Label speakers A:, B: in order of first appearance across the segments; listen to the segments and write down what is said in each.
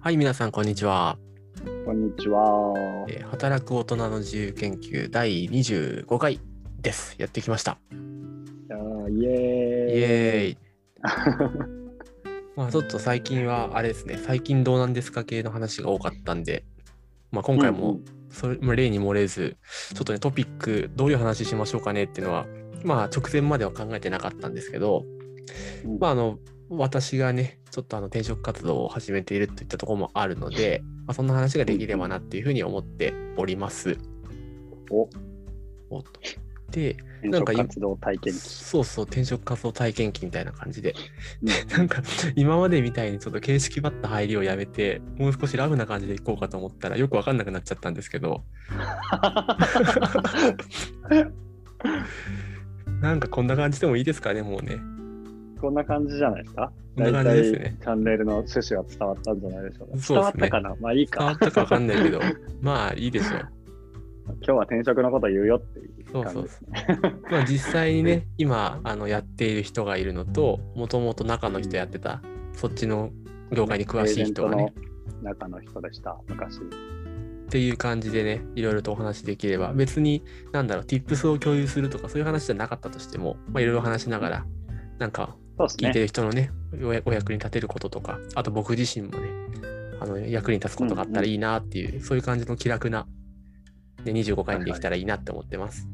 A: はい、皆さん、こんにちは。
B: こんにちは。
A: えー働く大人の自由研究第25回です。やってきました。
B: じゃあイエ
A: イ
B: ーイ。
A: エーイ。まあ、ちょっと最近は、あれですね、最近どうなんですか系の話が多かったんで、まあ、今回もそれ、まあ例に漏れず、ちょっとね、トピック、どういう話しましょうかねっていうのは、まあ、直前までは考えてなかったんですけど、
B: うん、
A: まあ、あの私がねちょっとあの転職活動を始めているといったところもあるので、まあ、そんな話ができればなっていうふうに思っております。
B: お
A: おっとで
B: 転職活動 体験記。
A: そうそう転職活動体験記みたいな感じで
B: うん
A: なんか今までみたいにちょっと形式ばった入りをやめてもう少しラフな感じでいこうかと思ったらよく分かんなくなっちゃったんですけどなんかこんな感じでもいいですかねもうね。
B: こんな感じじゃないですか。
A: こんな感じですね
B: 大体チャンネルの趣旨は伝わったんじゃないでしょうか。
A: そう
B: 伝
A: で
B: わっ
A: すね
B: たかなまあいい
A: 伝わ
B: か
A: っ。たか分かんないけ どまあいいでしょう。
B: 今日は転職のこと言うよっていう
A: そう
B: 感
A: そ
B: じ
A: う
B: です
A: そうまあ実際にね今あのやっている人がいるのともともと中の人やってたそっちの業界に詳しい人がね
B: エージェントの中の人でした、昔。
A: っていう感じでねいろいろとお話できれば別になんだろう Tips を共有するとかそういう話じゃなかったとしてもまあいろいろ話しながらなんか
B: そうです
A: 聞いて
B: ね。
A: る人のねお役お役に立てることとかあと僕自身もねあの役に立つことがあったらいいなっていう、そういう感じの気楽な、ね、25回にできたらいいなって思ってます。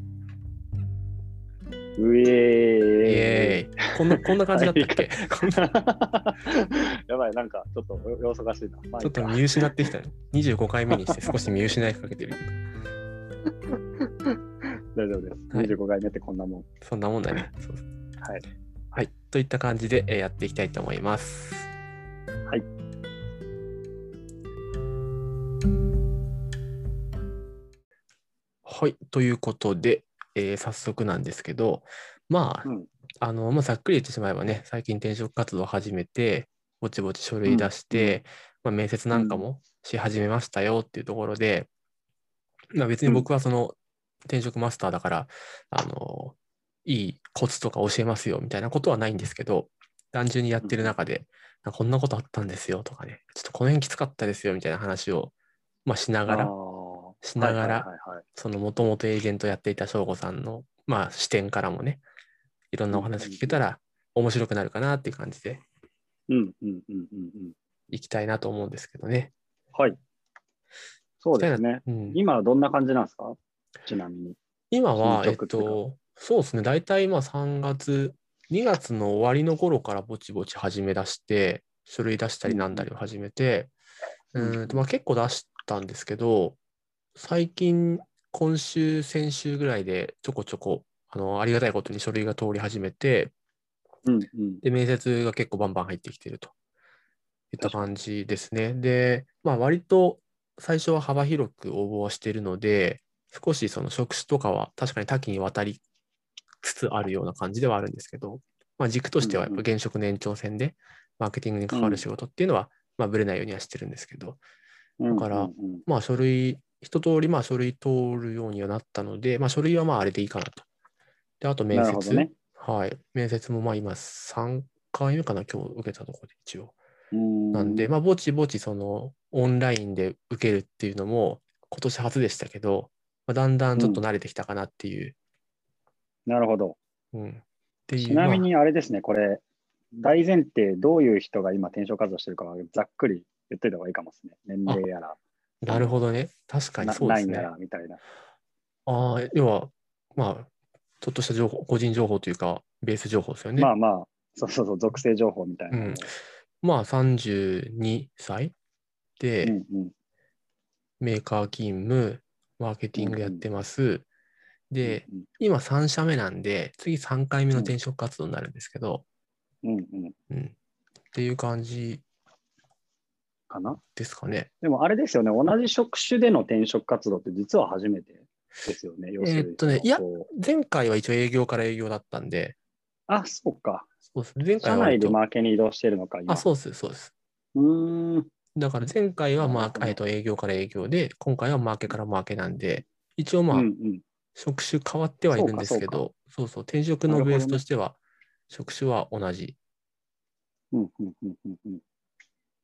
B: う
A: イ
B: えーイ。
A: エーイこんなこんな感じだったっけこんな
B: やばい、なんかちょっとおお忙しいな。まあい
A: ちょ
B: い
A: っと
B: か
A: 見失ってきたね。25回目にして少し見失いかけてる。
B: 大丈夫です。
A: はい
B: 25回目ってこんなもん。
A: そんなもんだ ね。そうそう
B: はい。
A: はい。といった感じでえーやっていきたいと思います。
B: はい。
A: はい。ということで、えー早速なんですけど、まあ、
B: うん
A: あの、まあ、ざっくり言ってしまえばね、最近転職活動を始めて、ぼちぼち書類出して、まあ、面接なんかもし始めましたよっていうところで、まあ、別に僕はその転職マスターだから、あのいいコツとか教えますよみたいなことはないんですけど単純にやってる中で、なんかこんなことあったんですよとかねちょっとこの辺きつかったですよみたいな話を、まあ、しなが
B: あ
A: ら
B: ー
A: しながら
B: はいはいはいはい
A: そのもともとエージェントやっていた翔吾さんの、まあ、視点からもねいろんなお話聞けたら面白くなるかなっていう感じで
B: うんうんうんうんうん。
A: いきたいなと思うんですけどね。
B: はい。そうですね。
A: うん、
B: 今はどんな感じなんですかちなみに。
A: 今は、え
B: 進
A: っ
B: 捗っていうか
A: と、そうですね、大体まあ3月、2月の終わりの頃からぼちぼち始め出して、書類出したりなんだりを始めて、う
B: うん
A: んとまあ、結構出したんですけど、最近、今週、先週ぐらいでちょこちょこ、あのありがたいことに書類が通り始めて、
B: うんうん。
A: で、面接が結構バンバン入ってきてるといった感じですね。で、まあ、割と最初は幅広く応募はしているので、少しその職種とかは確かに多岐にわたりつつあるような感じではあるんですけど、まあ、軸としてはやっ
B: うん
A: ぱ
B: うん
A: 現職の延長線でマーケティングに関わる仕事っていうのは、まあ、ぶれないようにはしてるんですけど、
B: だ
A: から
B: うんうん
A: まあ、書類、一通りまあ書類通るようにはなったので、まあ、書類はまああれでいいかなと。で、あと
B: うん
A: 面
B: なるほど
A: 接、
B: ね。
A: はい。面接もまあ今3回目かな、今日受けたところで一応。
B: な
A: なんで、まあぼちぼちそのオンラインで受けるっていうのも今年初でしたけど、まあ、だんだんちょっと慣れてきたかなっていう。
B: なるほど。
A: うん。っていう。
B: ちなみ
A: まあ
B: にあれですね、これ、大前提、どういう人が今転職活動してるかはざっくり言ってた方がいいかもですね。年齢やら、
A: なるほどね。確かに
B: な
A: そう
B: な
A: で
B: い
A: す
B: んや
A: ね。
B: らみたいな。
A: ああ、要は、まあ、ちょっとした情報、個人情報というか、ベース情報ですよね。
B: まあまあ、そうそうそう、属性情報みたいな。
A: うんまあ、32歳で、
B: うんうん
A: メーカー勤務、マーケティングやってます。で、
B: うん
A: 今3社目なんで、次3回目の転職活動になるんですけど、
B: うんうん。
A: うんっていう感じ
B: かな
A: ですかね。
B: でもあれですよね、同じ職種での転職活動って実は初めてですよね、要するに
A: えーっとねいや
B: こう
A: 前回は一応営業から営業だったんで、
B: あ、そうか。
A: そうです前回
B: 社
A: は
B: 内
A: 割
B: で
A: と
B: マーケに移動してるのか、今。
A: あ、そうです、そうです。
B: うーん。
A: だから前回は、ま
B: なるほど
A: あ、えっと、営業から営業で、今回はマーケからマーケなんで、一応まあ、
B: うんうん。
A: 職種変わってはいるんですけ
B: そ
A: ど、そうそう転職のベースとしては、職種は同じ。
B: うんうんうんうんうん。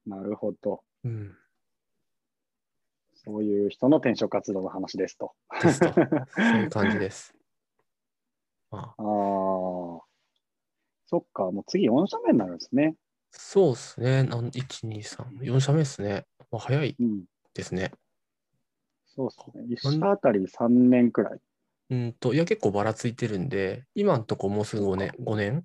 B: なるほど。
A: うん。
B: そういう人の転職活動の話ですと。
A: ですと。そういう感じです。まあ、
B: ああ、そっか、もう次4社目になるんですね。
A: そうですね。なん1、2、3、4社目ですね。まあ、早い
B: うん、
A: ですね。
B: そうですね。1社あたり3年くらい。
A: うんと、いや、結構ばらついてるんで、今んとこもうすぐ5年、5年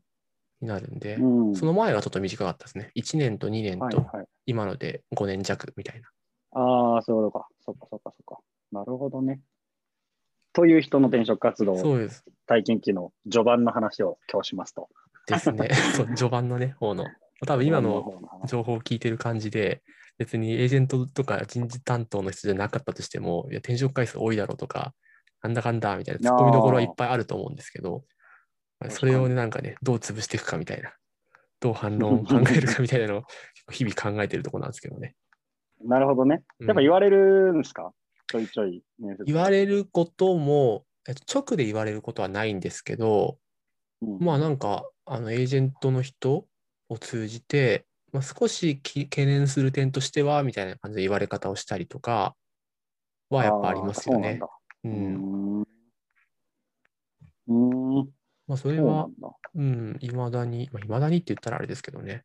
A: になるんで、
B: うん、
A: その前がちょっと短かったですね。1年と2年
B: はい
A: と、
B: はい。
A: 今ので5年弱みたいな。
B: ああ、そういうことか。そっかそっかそっか。なるほどね。という人の転職活動
A: そうです
B: 体験記の序盤の話を今日しますと。
A: ですね。そう序盤のね、方の。多分今の
B: 方話
A: 情報を聞いてる感じで、別にエージェントとか人事担当の人じゃなかったとしても、いや、転職回数多いだろうとか、なんだかんだみたいな突っ込みどころはいっぱいあると思うんですけど、それをね、なんかね、どう潰していくかみたいな、どう反論を考えるかみたいなのを日々考えてるところなんですけどね。
B: なるほどね。
A: うん
B: やっぱ言われるんですか、ちょいちょい面接。
A: 言われることも、えっと直で言われることはないんですけど、
B: うん
A: まあなんかあのエージェントの人を通じて、まあ、少しき懸念する点としてはみたいな感じで言われ方をしたりとかはやっぱありますよね。う
B: あーそうんなんだ。うーん。うーん。
A: まあ、それ
B: そうな
A: は
B: んだ。
A: うんいまだにまあ、未だにって言ったらあれですけどね、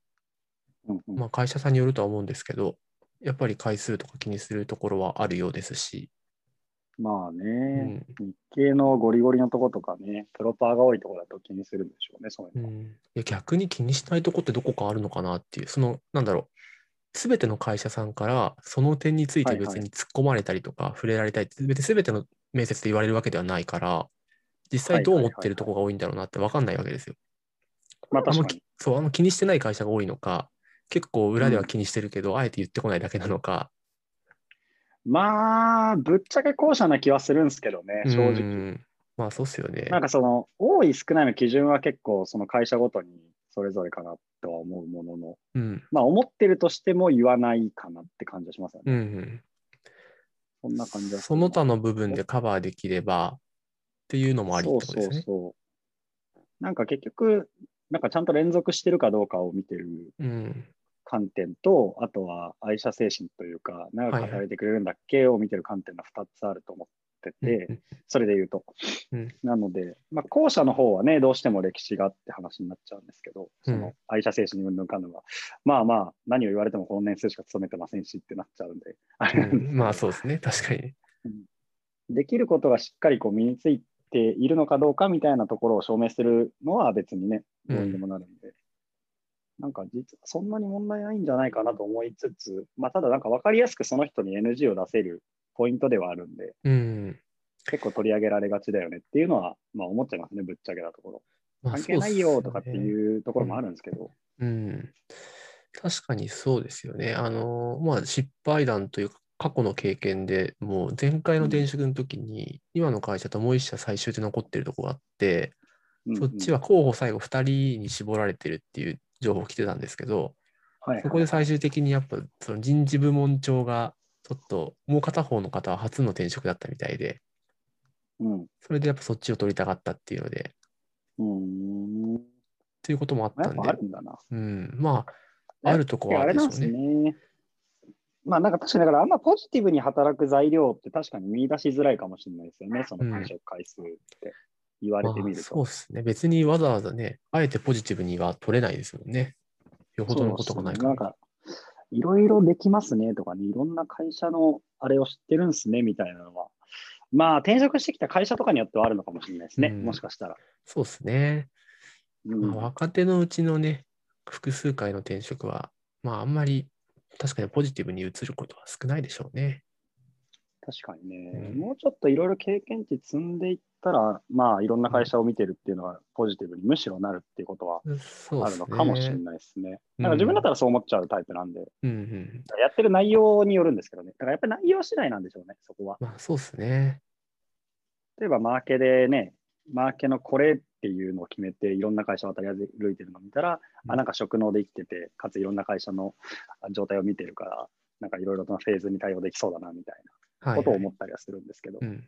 B: うんうん
A: まあ、会社さんによるとは思うんですけどやっぱり回数とか気にするところはあるようですし、
B: まあ
A: う
B: ね、
A: ん
B: 日系のゴリゴリのとことかね、プロパーが多いとこだと気にするんでしょうね、そういう
A: う
B: の。
A: ん、いや逆に気にしないとこってどこかあるのかなっていうそのなんだろう全ての会社さんからその点について
B: はい
A: 別
B: はい
A: に突っ込まれたりとか触れられたりって別に全ての面接で言われるわけではないから実際どう思ってるとこが多いんだろうなって分かんないわけですよ。
B: ま
A: あ
B: あ
A: ん
B: 確
A: ま
B: かに。
A: そうあんま気にしてない会社が多いのか結構裏で
B: う
A: は
B: ん
A: 気にしてるけど、あえて言ってこないだけなのか
B: まあ、ぶっちゃけ後者な気はするんですけどね、正
A: う
B: 直。
A: んまあそうっすよね。
B: なんかその、多い少ないの基準は結構、その会社ごとにそれぞれかなとは思うものの、
A: うん
B: まあ思ってるとしても言わないかなって感じはしますよね。
A: うんうん
B: そんな感じはす
A: そ
B: るな
A: の他の部分でカバーできればっていうのもありってことですね。
B: そうそうそう。なんか結局、なんかちゃんと連続してるかどうかを見てる
A: うん
B: 観点と、あとは愛社精神というか、長く働いてくれるんだっけを見てる観点が2つあると思ってて、それで言うと。
A: うん
B: なので、まあ、後者の方はね、どうしても歴史があって話になっちゃうんですけど、そ
A: うん
B: の愛社精神云々かんぬんは、まあまあ、何を言われてもこの年数しか勤めてませんしってなっちゃうんで、あれなんですけど
A: まあそうですね、確かに。
B: できることがしっかりこう身についているのかどうかみたいなところを証明するのは別にね、
A: うん
B: どうにでもなるんで、なんか実はそんなに問題ないんじゃないかなと思いつつ、まあ、ただなんか分かりやすくその人に NG を出せるポイントではあるんで、
A: うん。
B: 結構取り上げられがちだよねっていうのは、まあ、思っちゃいますね、ぶっちゃけたところ。
A: まあ
B: 関係ないよとかって
A: そうっすよね
B: いうところもあるんですけど、
A: うん。確かにそうですよね。あの、まあ失敗談というか、過去の経験でもう前回の転職の時に、今の会社ともう一社最終で残ってるとこがあって、
B: うん
A: そっちは候補最後2人に絞られてるっていう情報来てたんですけど、
B: はいはい
A: そこで最終的にやっぱその人事部門長がちょっともう片方の方は初の転職だったみたいで、
B: うん
A: それでやっぱそっちを取りたかったっていうので、
B: うーん
A: っていうこともあっ
B: や
A: た
B: っ
A: ん
B: ぱ
A: で
B: あ、るんだな。
A: うん、まあ、あるとこはあ
B: あ
A: る
B: れ
A: で
B: な
A: しょ
B: んで
A: う
B: す
A: ね。
B: ね。まあなんか確かにだからあんまポジティブに働く材料って確かに見出しづらいかもしれないですよね、その会社回数って言われて
A: ま
B: み
A: あ
B: る
A: そう
B: と。
A: ですね。別にわざわざね、あえてポジティブには取れないですもんね。よほどのことがないか
B: そう
A: ら。
B: なんか、いろいろできますねとかね、いろんな会社のあれを知ってるんですねみたいなのは、まあ転職してきた会社とかによってはあるのかもしれないですね、
A: うん
B: もしかしたら。
A: そうですね。
B: う
A: ま
B: ん
A: あ若手のうちのね、複数回の転職は、まああんまり確かにポジティブに移ることは少ないでしょうね。
B: 確かにね、
A: うん
B: もうちょっといろいろ経験値積んでいったら、まあいろんな会社を見てるっていうのはポジティブにむしろなるっていうことは
A: そう
B: あ
A: で
B: る
A: すね
B: の。かもしれないですね。
A: うん
B: なんか自分だったらそう思っちゃうタイプなんで、
A: うんうん。
B: やってる内容によるんですけどね。だからやっぱり内容次第なんでしょうね、そこは。
A: まあそうですね。
B: 例えばマーケでね、マーケのこれっていうのを決めて、いろんな会社を渡り歩いてるのを見たら、
A: うん
B: あ、なんか職能で生きてて、かついろんな会社のあ状態を見てるから、なんかいろいろなフェーズに対応できそうだなみたい
A: は、
B: ないことを
A: はい。
B: 思ったりはするんですけど、
A: うん、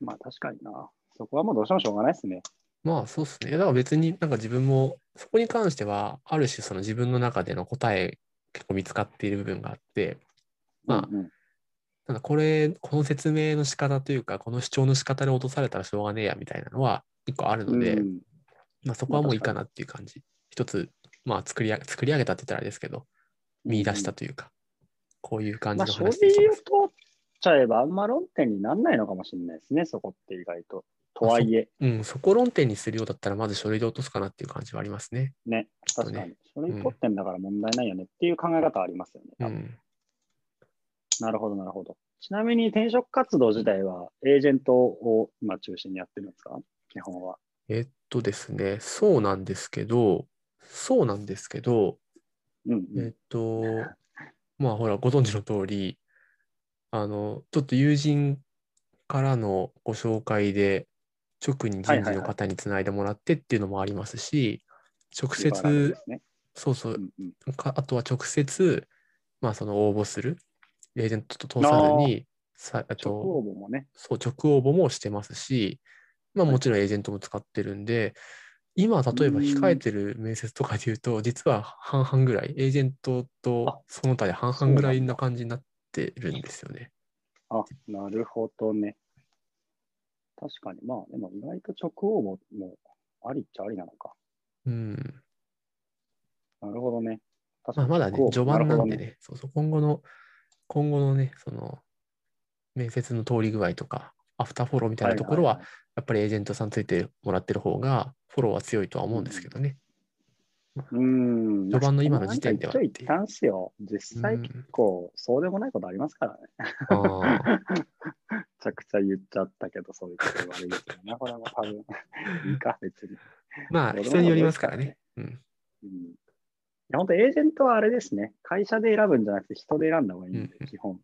B: まあ確かにな。そこはもうどうしてもしょうがないですね。
A: まあそうですね。だから別になんか自分も、そこに関しては、ある種その自分の中での答え結構見つかっている部分があって、まあ
B: うんうん
A: なんかこれ、この説明の仕方というか、この主張の仕方で落とされたらしょうがねえやみたいなのは一個あるので、
B: うん
A: まあ、そこはもういいかなっていう感じ。一つ、まあ、作り上げ作り上げたって言ったらあれですけど、見出したというか、こういう感じ
B: まあ、
A: の
B: 正直
A: 話でした
B: 言うと、ちゃえばあんま論点にならないのかもしれないですね、そこって意外と。とはいえ、
A: うん、そこ論点にするようだったら、まず書類で落とすかなっていう感じはありますね。
B: ね、
A: そう
B: 確かに
A: ね。
B: それ取ってんだから問題ないよねっていう考え方ありますよね。
A: う
B: 多分
A: ん。
B: なるほど、なるほど。ちなみに転職活動自体は、エージェントを今中心にやってるんですか基本は。
A: えっとですね、そうなんですけど、そうなんですけど、
B: うん、う
A: えっ
B: ん。
A: と、まあほら、ご存知の通り、あの、ちょっと友人からのご紹介で、直に人事の方につないでもらってっていうのもありますし、直
B: リファラル
A: 接
B: で、すね。
A: そうそう
B: う、んうん
A: かあとは直接、まあ、その応募する、エージェントと通さずに、さあ
B: 直
A: と
B: 応募もね。
A: そう直応募もしてますし、まあ、もちろんエージェントも使ってるんで、今、例えば
B: うん
A: 控えてる面接とかで言うと、実は半々ぐらい、エージェントと
B: あ
A: その他で半々ぐらいな感じになってるんですよね。
B: あ、なるほどね。確かに、まあ、でも意外と直応募もありっちゃありなのか。
A: うん
B: なるほどね。確
A: まあ、まだ
B: かに
A: ね
B: 直応、募
A: 序盤
B: る
A: な
B: ほ
A: ん
B: ど
A: でね、そうそう今後の、今後のね、その、面接の通り具合とか、アフターフォローみたいなところは、
B: いいい
A: やっぱりエージェントさんついてもらってる方が、フォローは強いとは思うんですけど ね。
B: うん。
A: 序盤の今の時点では
B: なんか一長一短っすよ。実際
A: うん
B: 結構、そうでもないことありますからね。
A: ああ、
B: めちゃくちゃ言っちゃったけど、そういうこと言われるけど な、これも多分。 いいか、別に。
A: まあ、人によりますからね。うん。
B: うん。いや、本当エージェントはあれですね。会社で選ぶんじゃなくて、人で選んだ方がいいんで
A: うん、
B: 基本。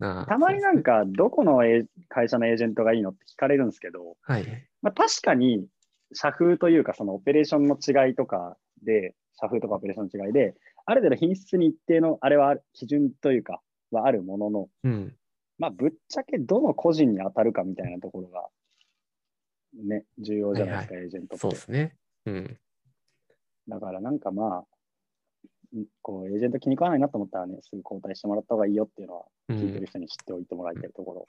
A: ああ
B: たまになんか、どこのエー会社のエージェントがいいのって聞かれるんですけど、
A: はい。
B: まあ、確かに、社風というか、そのオペレーションの違いとかで、社風とかオペレーションの違いで、ある程度品質に一定の、あれはある基準というか、はあるものの、
A: うん。
B: まあ、ぶっちゃけどの個人に当たるかみたいなところが、ね、重要じゃないですか、エージェント
A: そう
B: っ
A: で
B: て。
A: すね。うん。
B: だからなんかまあ、んこう、エージェント気に食わないなと思ったらね、すぐ交代してもらった方がいいよっていうのは、
A: う
B: 聞いて
A: ん
B: る、人に知っておいてもらいたいところ。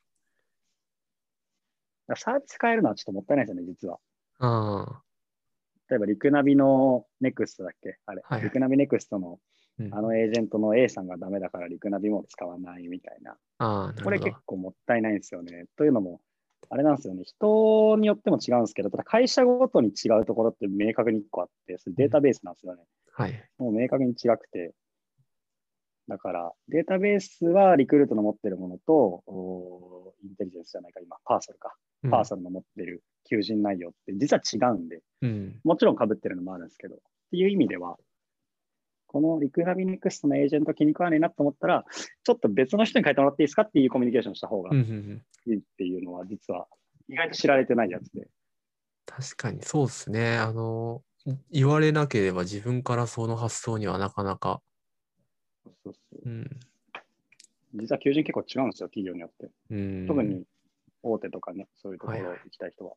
B: だからサービス変えるのはちょっともったいないですよね、実は。
A: ああ、
B: 例えば、リクナビのネクストだっけあれ、
A: はいはい
B: リクナビネクストの
A: うん
B: あのエージェントの A さんがダメだからリクナビも使わないみたいな。
A: ああ、な
B: こ
A: る
B: れ
A: ほ
B: 結構もったいないんですよね。というのも、あれなんですよね、人によっても違うんですけど、ただ会社ごとに違うところって明確に1個あって、それデータベースなんですよね。
A: ど。はい。
B: もう明確に違くて。だから、データベースはリクルートの持ってるものと、おーインテリジェンスじゃないか、今、パーソルか。
A: うん
B: パーソルの持ってる求人内容って、実は違うんで、
A: うん。
B: もちろん被ってるのもあるんですけど、っていう意味では、このリクラビネクストのエージェント気に食わねえなと思ったら、ちょっと別の人に書いてもらっていいですかっていうコミュニケーションした方が
A: うんうんうん。
B: いいっていうのは、実は意外と知られてないやつで。
A: 確かにそうですね。あの、言われなければ自分からその発想にはなかなか。うん。
B: 実は求人結構違うんですよ、企業によって。
A: うん、
B: 特に大手とかね、そういうところ
A: はいはい
B: 行きたい人は。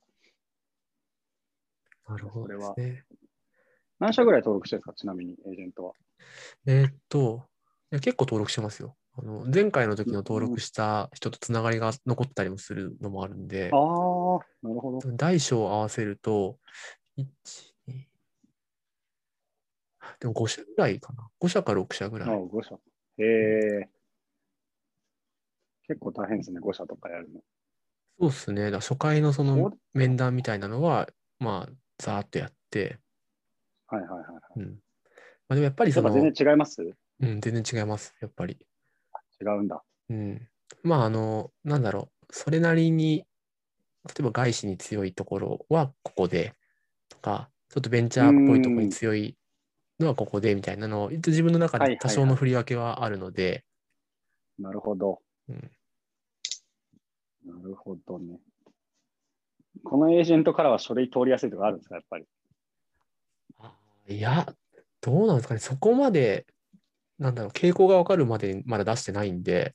A: なるほどですね。
B: 何社ぐらい登録してるんですか、ちなみにエージェントは。
A: えーっと、いや結構登録してますよ。あの前回の時の登録した人とつながりが残ってたりもするのもあるんで、
B: ああ、なるほど。
A: 大小合わせると、1、2、でも5社ぐらいかな。5社か6社ぐら
B: ああ、
A: い。
B: 5社。へえ。結構大変ですね、5社とかやるの。
A: そうですね。だから初回のそ
B: そう
A: の
B: で
A: 面談みたいなのは、まあ、ざーっとやって、
B: はいはいはいはい。
A: うん。まあ、でもやっぱり
B: や
A: そ
B: っ
A: の、
B: ぱ全然違います違
A: うん、全然違います。やっぱり。
B: うんだ。
A: うん。まあ、あの、なんだろう、それなりに、例えば外資に強いところはここで、とか、ちょっとベンチャーっぽいところに強いのはここで、みたいなのを、一応自分の中
B: はいはい
A: で
B: はい
A: 多少の振り分けはあるので、
B: なるほど。
A: うん
B: なるほどね。このエージェントからは書類通りやすいとかあるんですか、やっぱり。
A: いや、どうなんですかね、そこまで、なんだろう、傾向が分かるまでにまだ出してないんで、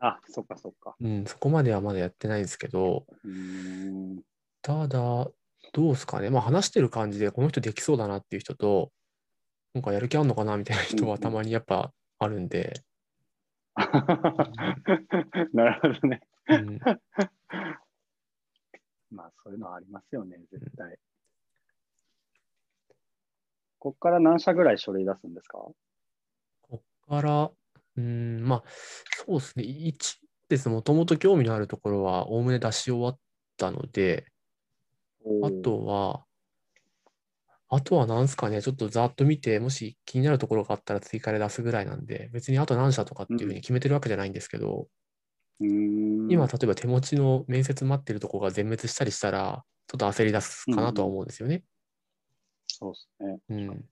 B: あ、そっかそっか。
A: うん、そこまではまだやってないんですけど、
B: うーん。
A: ただ、どうですかね、まあ話してる感じで、この人できそうだなっていう人と、なんかやる気あんのかなみたいな人
B: うんう
A: は
B: ん
A: たまにやっぱあるんで、
B: なるほどね。
A: うん、
B: まあそういうのはありますよね、絶対。こっから何社ぐらい書類出すんですか
A: こっから、うん、まあ、そうですね、1です、もともと興味のあるところは、おおむね出し終わったので、あとは、あとは何すかね、ちょっとざっと見て、もし気になるところがあったら追加で出すぐらいなんで、別にあと何社とかっていうふうに決めてるわけじゃないんですけど、今、
B: 今
A: 例えば手持ちの面接待ってるところが全滅したりしたら、ちょっと焦り出すかなとは思うんですよね。
B: そうですね。
A: うん。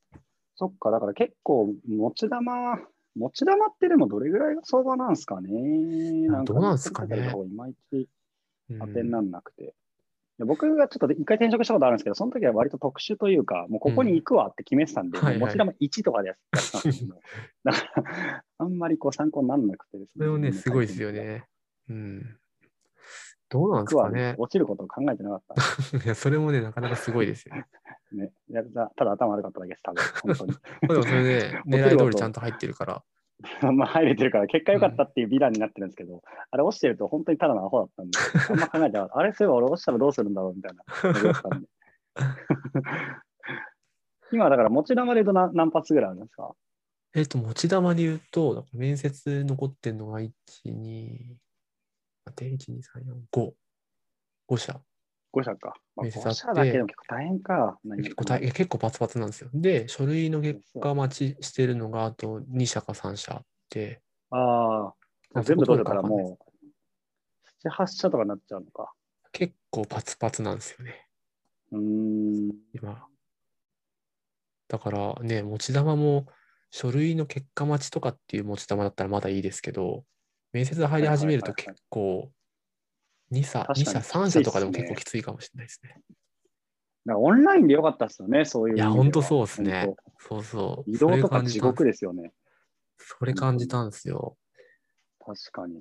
B: そっか、だから結構持ち玉、持ち玉ってでもどれぐらいが相場なんですかね。
A: やどうなんすかね
B: 持ち玉の方いまいち
A: うん
B: 当てになんなくて。で僕がちょっと一回転職したことあるんですけど、その時は割と特殊というか、もうここに行くわって決めてたんで、
A: うんはいはい
B: もう持ち玉1とかでやってたん ですけど、だから、あんまりこう参考にならなくてです
A: そ
B: ね。
A: れをね、すごいですよ。ね。うん。どうなんで
B: 僕
A: すか
B: は
A: ね。
B: 落ちることを考えてなかった。
A: いや、それもね、なかなかすごいです よね。
B: ね、やたただ頭悪かっただけです、多分本
A: まあでもそれね、
B: 落ちる
A: 狙い
B: こ
A: 通
B: と
A: りちゃんと入ってるから。
B: 当に。まあ入れてるから、結果良かったっていう美談になってるんですけど、あれ落ちてると本当にただのアホだ ったんで、あんま考えてなかった。あれそういえば俺落ちたらどうするんだろうみたいなのがあっ たんで。今だから持ち玉で言うと何何発ぐらいあるんですか
A: えっと、持ち玉で言うと、面接残ってんのが1、2、待って、1、2、3、4、5。5社。
B: ?5 社か。まあ、
A: 面接あ
B: 5
A: って
B: 社だけでも結構大変か。何
A: 結構大結構パツパツなんですよ。で、書類の結果待ちしてるのがあと2社か3社あって、
B: ああ、全部取るからもう、7、8社とかになっちゃうのか。
A: 結構パツパツなんですよね、
B: うーん。
A: 今。だからね、持ち玉も書類の結果待ちとかっていう持ち玉だったらまだいいですけど、面接入り始めると
B: はいはい
A: 結構2社、
B: 確
A: 2
B: か
A: 社、
B: に
A: 3社とかでも
B: きついっすね
A: 結構きついかもしれないですね。
B: なんかオンラインでよかったですよね、そういう意
A: い
B: 味で
A: や、
B: は。
A: ほんとそうですね
B: 本。
A: そうそう。
B: 当移
A: それ
B: 動とか
A: 感じ
B: 地
A: たん
B: 獄ですよね。
A: すそれ感じたんですよ。
B: 確かに。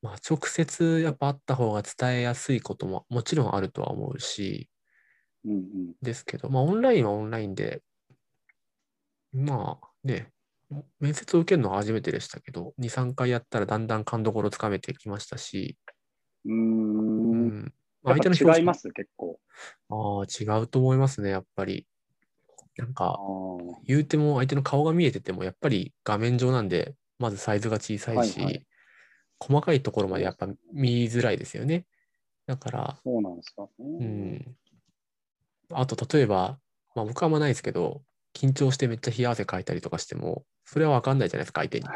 A: まあ、直接やっぱあった方が伝えやすいことももちろんあるとは思うし、
B: うんうん。
A: ですけど、まあ、オンラインはオンラインで、まあね、面接を受けるのは初めてでしたけど、2、3回やったらだんだん勘どころつかめてきましたし、
B: うー。
A: うんん、まあ
B: やっ
A: 相手の。
B: ぱ違いますす、結構。
A: ああ、違うと思いますね、やっぱり。なん
B: あ
A: か、
B: ー
A: 言うても相手の顔が見えてても、やっぱり画面上なんで、まずサイズが小さいし、
B: はいはい
A: 細かいところまでやっぱ見づらいですよね。だから、
B: そうなん ですよ
A: う
B: ね。
A: ん。あと、例えば、まあ、僕はあんまないですけど、緊張してめっちゃ冷や汗かいたりとかしても、それは分かんないじゃないですか、相手に。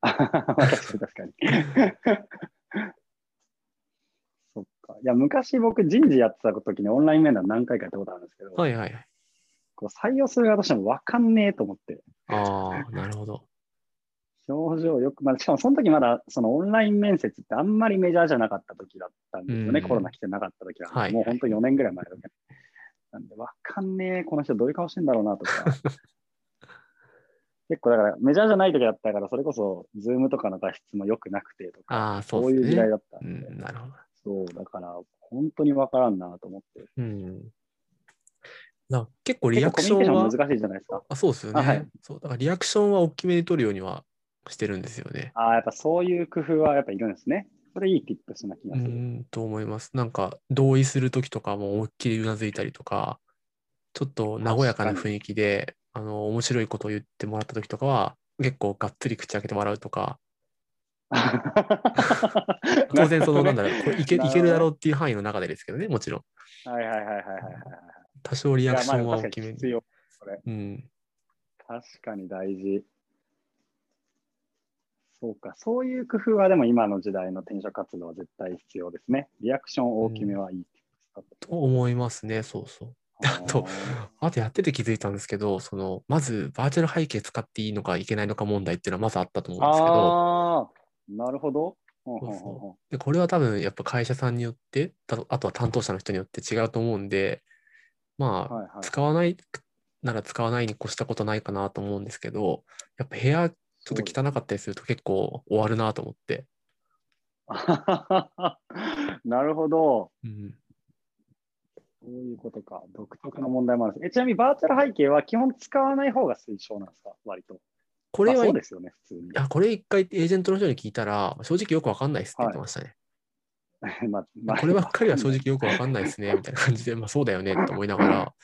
B: 確かに確かに。 そっか。いや、昔僕人事やってた時にオンライン面談何回かやったことあるんですけど、
A: はいはいはい。
B: こう採用する側としても分かんねえと思って、
A: ああ、なるほど。
B: 表情よく、まあ、しかもその時まだそのオンライン面接ってあんまりメジャーじゃなかった時だったんですよね、
A: うん
B: コロナ来てなかった時は、
A: はい
B: もう本当4年ぐらい前だね。なんで、わかんねえ、この人どういう顔してんだろうな とか。結構だからメジャーじゃない時だったから、それこそズームとかの画質も良くなくてとか、
A: ああ、そ
B: そ
A: う
B: うい
A: で
B: う
A: す
B: 時
A: ね
B: 代。だった
A: うん
B: で、
A: ん、なるほど。
B: そう、だから本当にわからんなと思って。
A: うん。なんか結構リ
B: 結
A: ア
B: 構コ
A: ク
B: ミ
A: シ
B: ュニケーシ
A: ョン
B: ョ
A: は
B: ン、難しいじゃないですか。
A: あそうですよね、
B: あはい
A: そう。だからリアクションは大きめに取るようにはしてるんですよね。
B: ああ、やっぱそういう工夫はやっぱいるんですね。それいいティップスな気
A: う
B: がする。
A: ん、と思います。なんか、同意するときとかも思いっきりうなずいたりとか、ちょっと和やかな
B: 確か
A: 雰囲気で、あの、面白いことを言ってもらったときとかは、結構がっつり口開けて笑うとか、 当然その、なんだろ う、これいけ、いけるだろうっていう範囲の中でですけどね、もちろん。
B: う。はいはいはいはいはいはいはい。
A: 多少リ
B: リ
A: アクションは大きめ
B: 必
A: に。
B: 要。それ
A: うん。
B: 確かに大事。そうか、そういう工夫はでも今の時代の転職活動は絶対必要ですね。リアクション大きめはいい。
A: と思いますね、そうそう。 あとあとやってて気づいたんですけど、その、まずバーチャル背景使っていいのかいけないのか問題っていうのはまずあったと思うんですけど、
B: ああー、なるほど。ほんほんほんほん
A: で、これは多分やっぱ会社さんによって、たあとは担当者の人によって違うと思うんで、まあ、
B: はいはい。
A: 使わないなら使わないに越したことないかなと思うんですけど、やっぱ部屋ちょっと汚かったりすると結構終わるなと思って。
B: なるほど。
A: うん、
B: そういうことか。独特の問題もあるんです。えちなみにバーチャル背景は基本使わない方が推奨なんですか割と。
A: これ
B: まあ
A: は、
B: そう
A: い
B: ですよね、普通
A: や、これ一回エージェントの人に聞いたら、正直よくわかんないですって言ってましたね。
B: に。 まあまあ
A: こればっかりは正直よくわかんないですね、みたいな感じで、まあそうだよねと思いながら、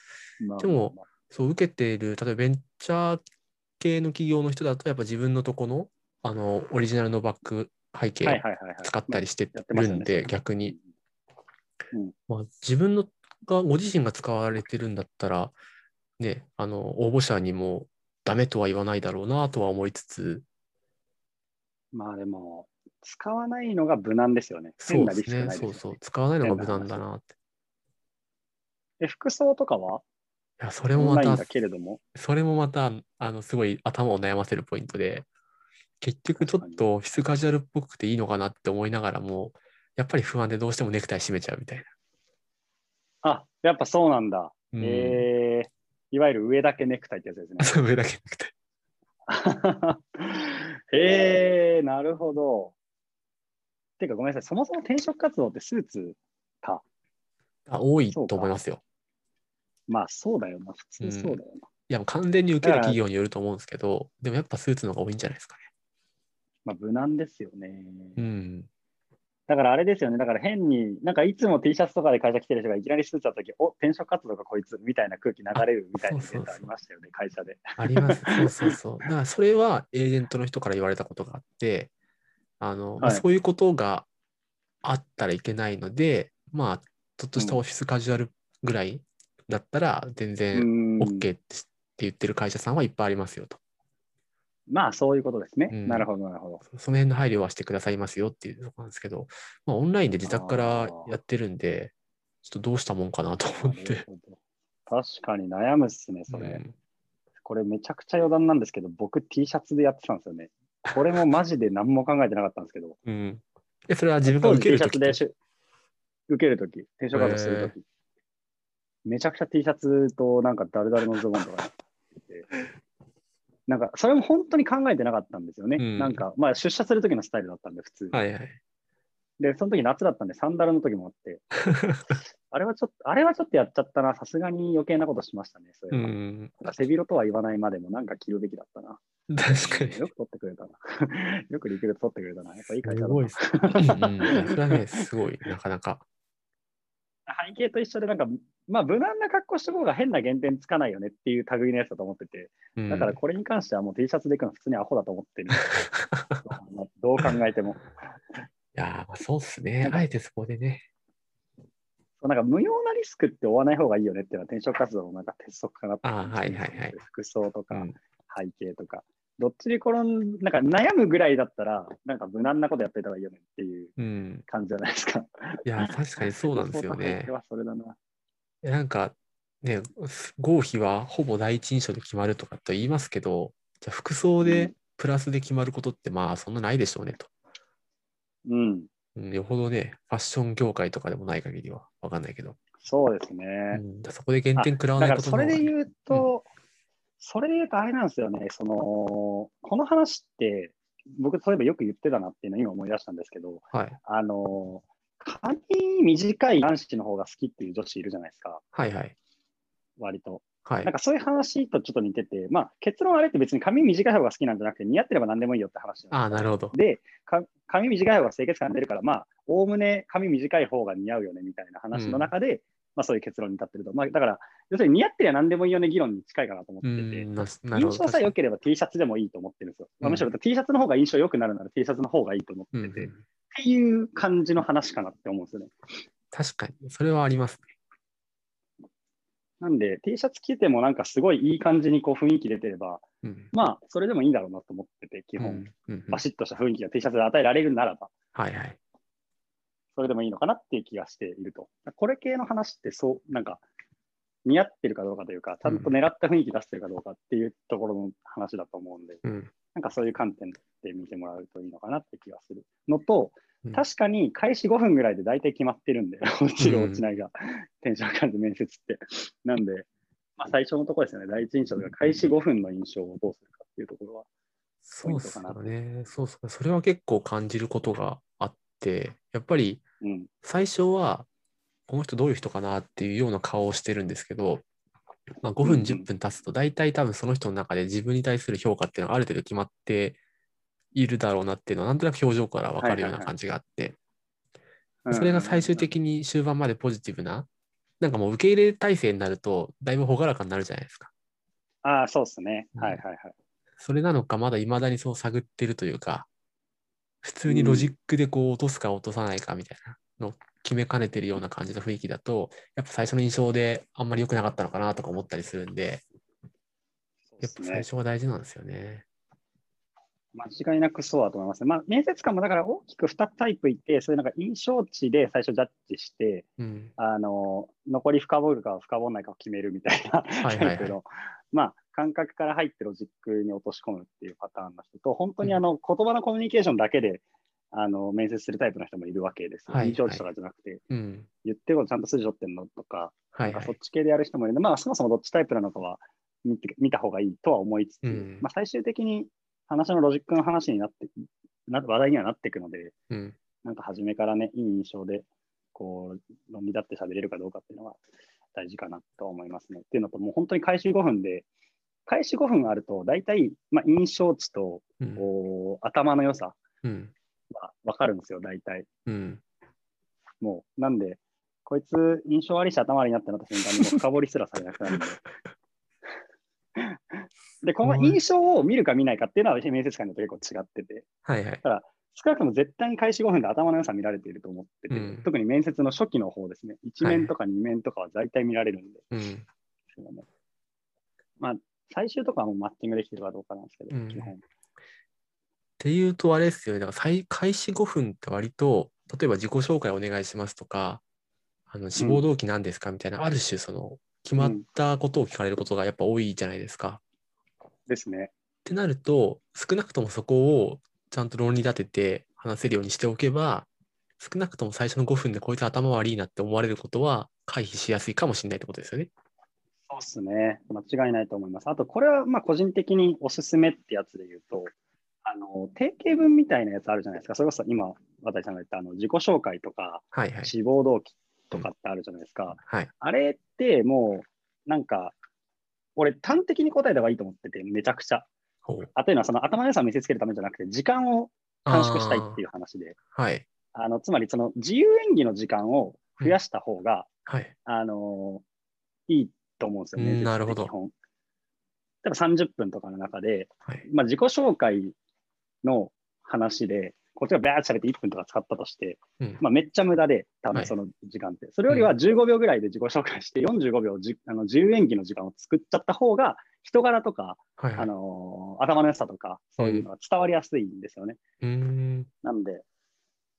B: まあ
A: でもそう受けている、例えばベンチャー系の企業の人だと、やっぱ自分のとこの、あの、オリジナルのバック背景
B: はいはいはいはい。
A: 使ったりして
B: やってまし
A: る
B: たね
A: んで、逆に。
B: うん
A: まあ、自分のが、ご自身が使われてるんだったら、ね、あの、応募者にもダメとは言わないだろうなとは思いつつ、
B: まあでも、使わないのが無難ですよね。
A: そ
B: 変
A: う
B: な
A: です
B: リスク
A: ね、
B: ないです
A: そ
B: よ
A: う
B: ね
A: そう、使わないのが無難だなって。
B: で服装とかはい
A: や、それ
B: オ
A: も
B: ン
A: ま
B: ライン
A: た
B: だ、けれども、
A: それもまた、あの、すごい頭を悩ませるポイントで、結局ちょっ
B: 確か
A: と、フィスカジュアルっぽくていいのかなって思いながらも、やっぱり不安でどうしてもネクタイ締めちゃうみたいな。
B: あ、やっぱそうなんだ。
A: うん、
B: えーいわゆる上だけネクタイってやつですね。
A: それだけネクタイ。
B: へえなるほど。てかごめんなさい、そもそも転職活動ってスーツ、
A: あ多いと
B: そうか
A: 思いますよ。
B: まあそうだよな、普通そうだよな。
A: いや、もう完全に受ける
B: だから
A: 企業によると思うんですけど、でもやっぱスーツの方が多いんじゃないですか
B: まあ無難ですよね。
A: ね。うん。
B: だからあれですよね、だから変に、なんかいつも T シャツとかで会社来てる人がいきなりスーツだった時、お転職活動がこいつみたいな空気流れるみたいなデ
A: そうそうそう
B: ータありましたよね、会社で。
A: あります。そうそうそう。だからそれはエージェントの人から言われたことがあって、あの、まあ
B: はい
A: そういうことがあったらいけないので、まあ、ちょっとした
B: うん
A: オフィスカジュアルぐらいだったら全
B: う
A: 然
B: ん
A: OK って言ってる会社さんはいっぱいありますよと。
B: まあそういうことですね。
A: うん
B: なるほど、なるほど。
A: その辺の配慮はしてくださいますよっていうとこなんですけど、まあ、オンラインで自宅からやってるんで、ちょっとどうしたもんかなと思っ
B: なる
A: て。
B: ほど確かに悩むっすね、それ。
A: うん
B: これめちゃくちゃ余談なんですけど、僕 T シャツでやってたんですよね。これもマジで何も考えてなかったんですけど、
A: うん。え、それは自分が
B: 当
A: 受
B: 時
A: け
B: T
A: る
B: シ
A: と
B: ャ
A: き
B: ツでし受けるとき、転職活動するとき、めちゃくちゃ T シャツとなんかダルダルのズボンとかやってて、なんかそれも本当に考えてなかったんですよね。
A: うん
B: なんか、まあ出社するときのスタイルだったんで、普通。
A: はいはい。
B: で、その時夏だったんで、サンダルの時も あって、あれはちょっと、あれはちょっとやっちゃったな、さすがに余計なことしましたね、そう
A: う
B: いえば
A: ん。
B: なんか背広とは言わないまでも、なんか着るべきだったな。
A: 確かに。
B: よく取ってくれたな。 よくリクルート取ってくれたな。やっぱいい会社だ
A: すごい
B: な
A: っ。すね。うんうん、それはね、すごい、なかなか。
B: 背景と一緒で、なんか、まあ、無難な格好した方が変な減点つかないよねっていう類のやつだと思ってて、
A: うん、
B: だからこれに関してはもう T シャツで行くの普通にアホだと思ってる。 どう考えても。
A: いやーまあそうっすね。あえてそこでね。
B: そうなんか無用なリスクって負わない方がいいよねっていうのは転職活動のなんか鉄則かなって感じ
A: あはいはいはい
B: 服装とか
A: うん
B: 背景とか、どっちに転んなんか悩むぐらいだったら、なんか無難なことやってた方がいいよねっていう
A: うん。
B: 感じじゃないですか。
A: いやー、確かにそうなんですよ
B: 服装と背
A: ね
B: 景。はそれだな。
A: なんか、ね、合否はほぼ第一印象で決まるとかと言いますけど、じゃあ服装
B: う
A: で
B: ん
A: プラスで決まることって、まあ、そんなないでしょうねと。
B: うん。
A: うん、よほどね、ファッション業界とかでもない限りはわかんないけど。
B: そうですね。
A: うん、だからそこで減点食らわ
B: だ
A: な
B: か
A: い
B: ら
A: こと
B: そ
A: の方
B: れ
A: が
B: で
A: ね
B: 言うと、それで言うとあれなんですよね、その、この話って、僕、そういえばよく言ってたなっていうのを今思い出したんですけど、
A: はい。
B: あの、髪短い男子の方が好きっていう女子いるじゃないですか、
A: はいはい。
B: 割と。
A: はい
B: なん。かそういう話とちょっと似てて、まあ結論あれって別に髪短い方が好きなんじゃなくて、似合ってれば何でもいいよって話なんですよ
A: ああ、なるほど。
B: で、か髪短い方が清潔感出るから、まあ、おおむね髪短い方が似合うよねみたいな話の中で、まあそういう結論に立ってると。まあだから、要するに似合ってりゃ何でもいいよね議論に近いかなと思っ
A: う
B: てて、
A: ん、ななる
B: 印
A: ほど。
B: 象さえ良
A: 確か
B: ければ T シャツでもいいと思ってるんですよ。まあ、むしろ
A: う
B: T シャツの方が印象良くなるなら T シャツの方がいいと思って
A: に
B: て、
A: う
B: っ
A: ん
B: ていう感じの話かなって思うんですよね。
A: 確かに、それはありますね。
B: なんで T シャツ着てもなんかすごいいい感じにこう雰囲気出てれば、
A: うん。
B: まあそれでもいいんだろうなと思ってて、基
A: うん
B: 本、
A: うんうん
B: バシッとした雰囲気が T シャツで与えられるならば。
A: はいはい。
B: それでもいいのかなっていう気がしていると。これ系の話って、そう、なんか、似合ってるかどうかというか、ちゃんと狙った雰囲気出してるかどうかっていうところの話だと思うんで、
A: うん。
B: なんかそういう観点で見てもらうといいのかなって気がするのと
A: うん、
B: 確かに開始5分ぐらいで大体決まってるんで、落ちる落ちないが、テンション感で面接って。なんで、まあ、最初のところですよね、第一印象とか、開始5分の印象をどうするかっていうところは。
A: そうっすよね。そうっすね。それは結構感じることがあって、やっぱり
B: うん。
A: 最初は、この人どういう人かなっていうような顔をしてるんですけど、まあ、5分、
B: うん
A: 10分経つと、大体多分その人の中で自分に対する評価っていうのはある程度決まっているだろうなっていうのは、なんとなく表情から分かるような感じがあって、それが最終的に終盤までポジティブな、なんかもう受け入れ体制になると、だいぶ朗らかになるじゃないですか。
B: ああ、そうですね。
A: うん
B: はいはいはい。
A: それなのか、まだ未だにそう探ってるというか、普通にロジックでこう落とすか落とさないかみたいなのを決めかねてるような感じの雰囲気だと、やっぱ最初の印象であんまり良くなかったのかなとか思ったりするんで、
B: そう
A: や
B: で
A: っ
B: す
A: ぱ最
B: ね。
A: 初が大事なんですよね。
B: 間違いなくそうだと思いますね。まあ、面接官もだから大きく2タイプいて、そういうなんか印象値で最初ジャッジして、
A: うん。
B: あの、残り深掘るか深掘らないかを決めるみたいな
A: はいはいは
B: タ
A: い
B: イプの、まあ、感覚から入ってロジックに落とし込むっていうパターンの人と、本当にあの、言葉のコミュニケーションだけで、あの、面接するタイプの人もいるわけですよ。
A: はい
B: 印象値とかじゃなくて、
A: うん。
B: 言ってることちゃんと筋取ってんのとか、
A: は
B: ないんか
A: は
B: そっ
A: い。
B: ち系でやる人もいるので、まあ、そもそもどっちタイプなのかは見て見た方がいいとは思いつつ、
A: うん
B: まあ、最終的に話のロジックの話になって、な話題にはなっていくので、
A: うん。
B: なんか初めからね、いい印象で、こう、論理立って喋れるかどうかっていうのは大事かなと思いますね。っていうのと、もう本当に開始5分で、開始5分あると、大体、まあ、印象値と、
A: うん。
B: こう頭の良さ
A: うん。
B: が分かるんですよ、大体。
A: うん。
B: もう、なんで、こいつ、印象悪いし頭悪いなってなった瞬間に、もう深掘りすらされなくなる んで。で、この印象を見るか見ないかっていうのは、面接官によって結構違ってて、
A: はいはい。
B: 少なくとも絶対に開始5分で頭の良さ見られていると思ってて、
A: うん
B: 特に面接の初期の方ですね、1面とか2面とかは大体見られるんで、
A: うん。
B: すよねまあ、最終とかはもうマッチングできてるかどうかなんですけど、
A: うん
B: 基本。
A: っていうと、あれですよね。だから再開始5分って割と、例えば自己紹介お願いしますとか、あの志望動機何ですかみたいな、ある種、その、決まったことを聞かれることがやっぱ多いじゃないですか。
B: です
A: っ
B: ね。
A: てなると、少なくともそこをちゃんと論理立てて話せるようにしておけば、少なくとも最初の5分でこいつ頭悪いなって思われることは回避しやすいかもしれないってことですよね。
B: そうですね。間違いないと思います。あと、これはまあ個人的におすすめってやつで言うと、あの定型文みたいなやつあるじゃないですか。それこそ今、渡さんが言ったあの自己紹介とか、
A: はいはい。
B: 志望動機とかってあるじゃないですか。
A: はい。
B: あれってもう、なんか、俺、端的に答えた方がいいと思ってて、めちゃくちゃ。
A: ほう。
B: あというのは、その頭の良さを見せつけるためじゃなくて、時間を短縮したいって
A: い。
B: いうう話で、
A: はい。
B: あのつまり、その自由演技の時間を増やした方が、
A: はい。
B: あのーいいと思うんですよね。
A: うん
B: 実際
A: なるほど
B: 基本例えば30分とかの中で、
A: はい。
B: まあ、自己紹介の話で、こっちがバーッと喋って1分とか使ったとして、
A: うん。
B: まあ、めっちゃ無駄で、多
A: は
B: 分
A: い
B: その時間って。それよりは15秒ぐらいで自己紹介して、45秒じあの自由演技の時間を作っちゃった方が、人柄とか、
A: はいはい
B: あのー頭の良さとか、そういうのが伝わりやすいんですよね。
A: うーん。
B: なんで、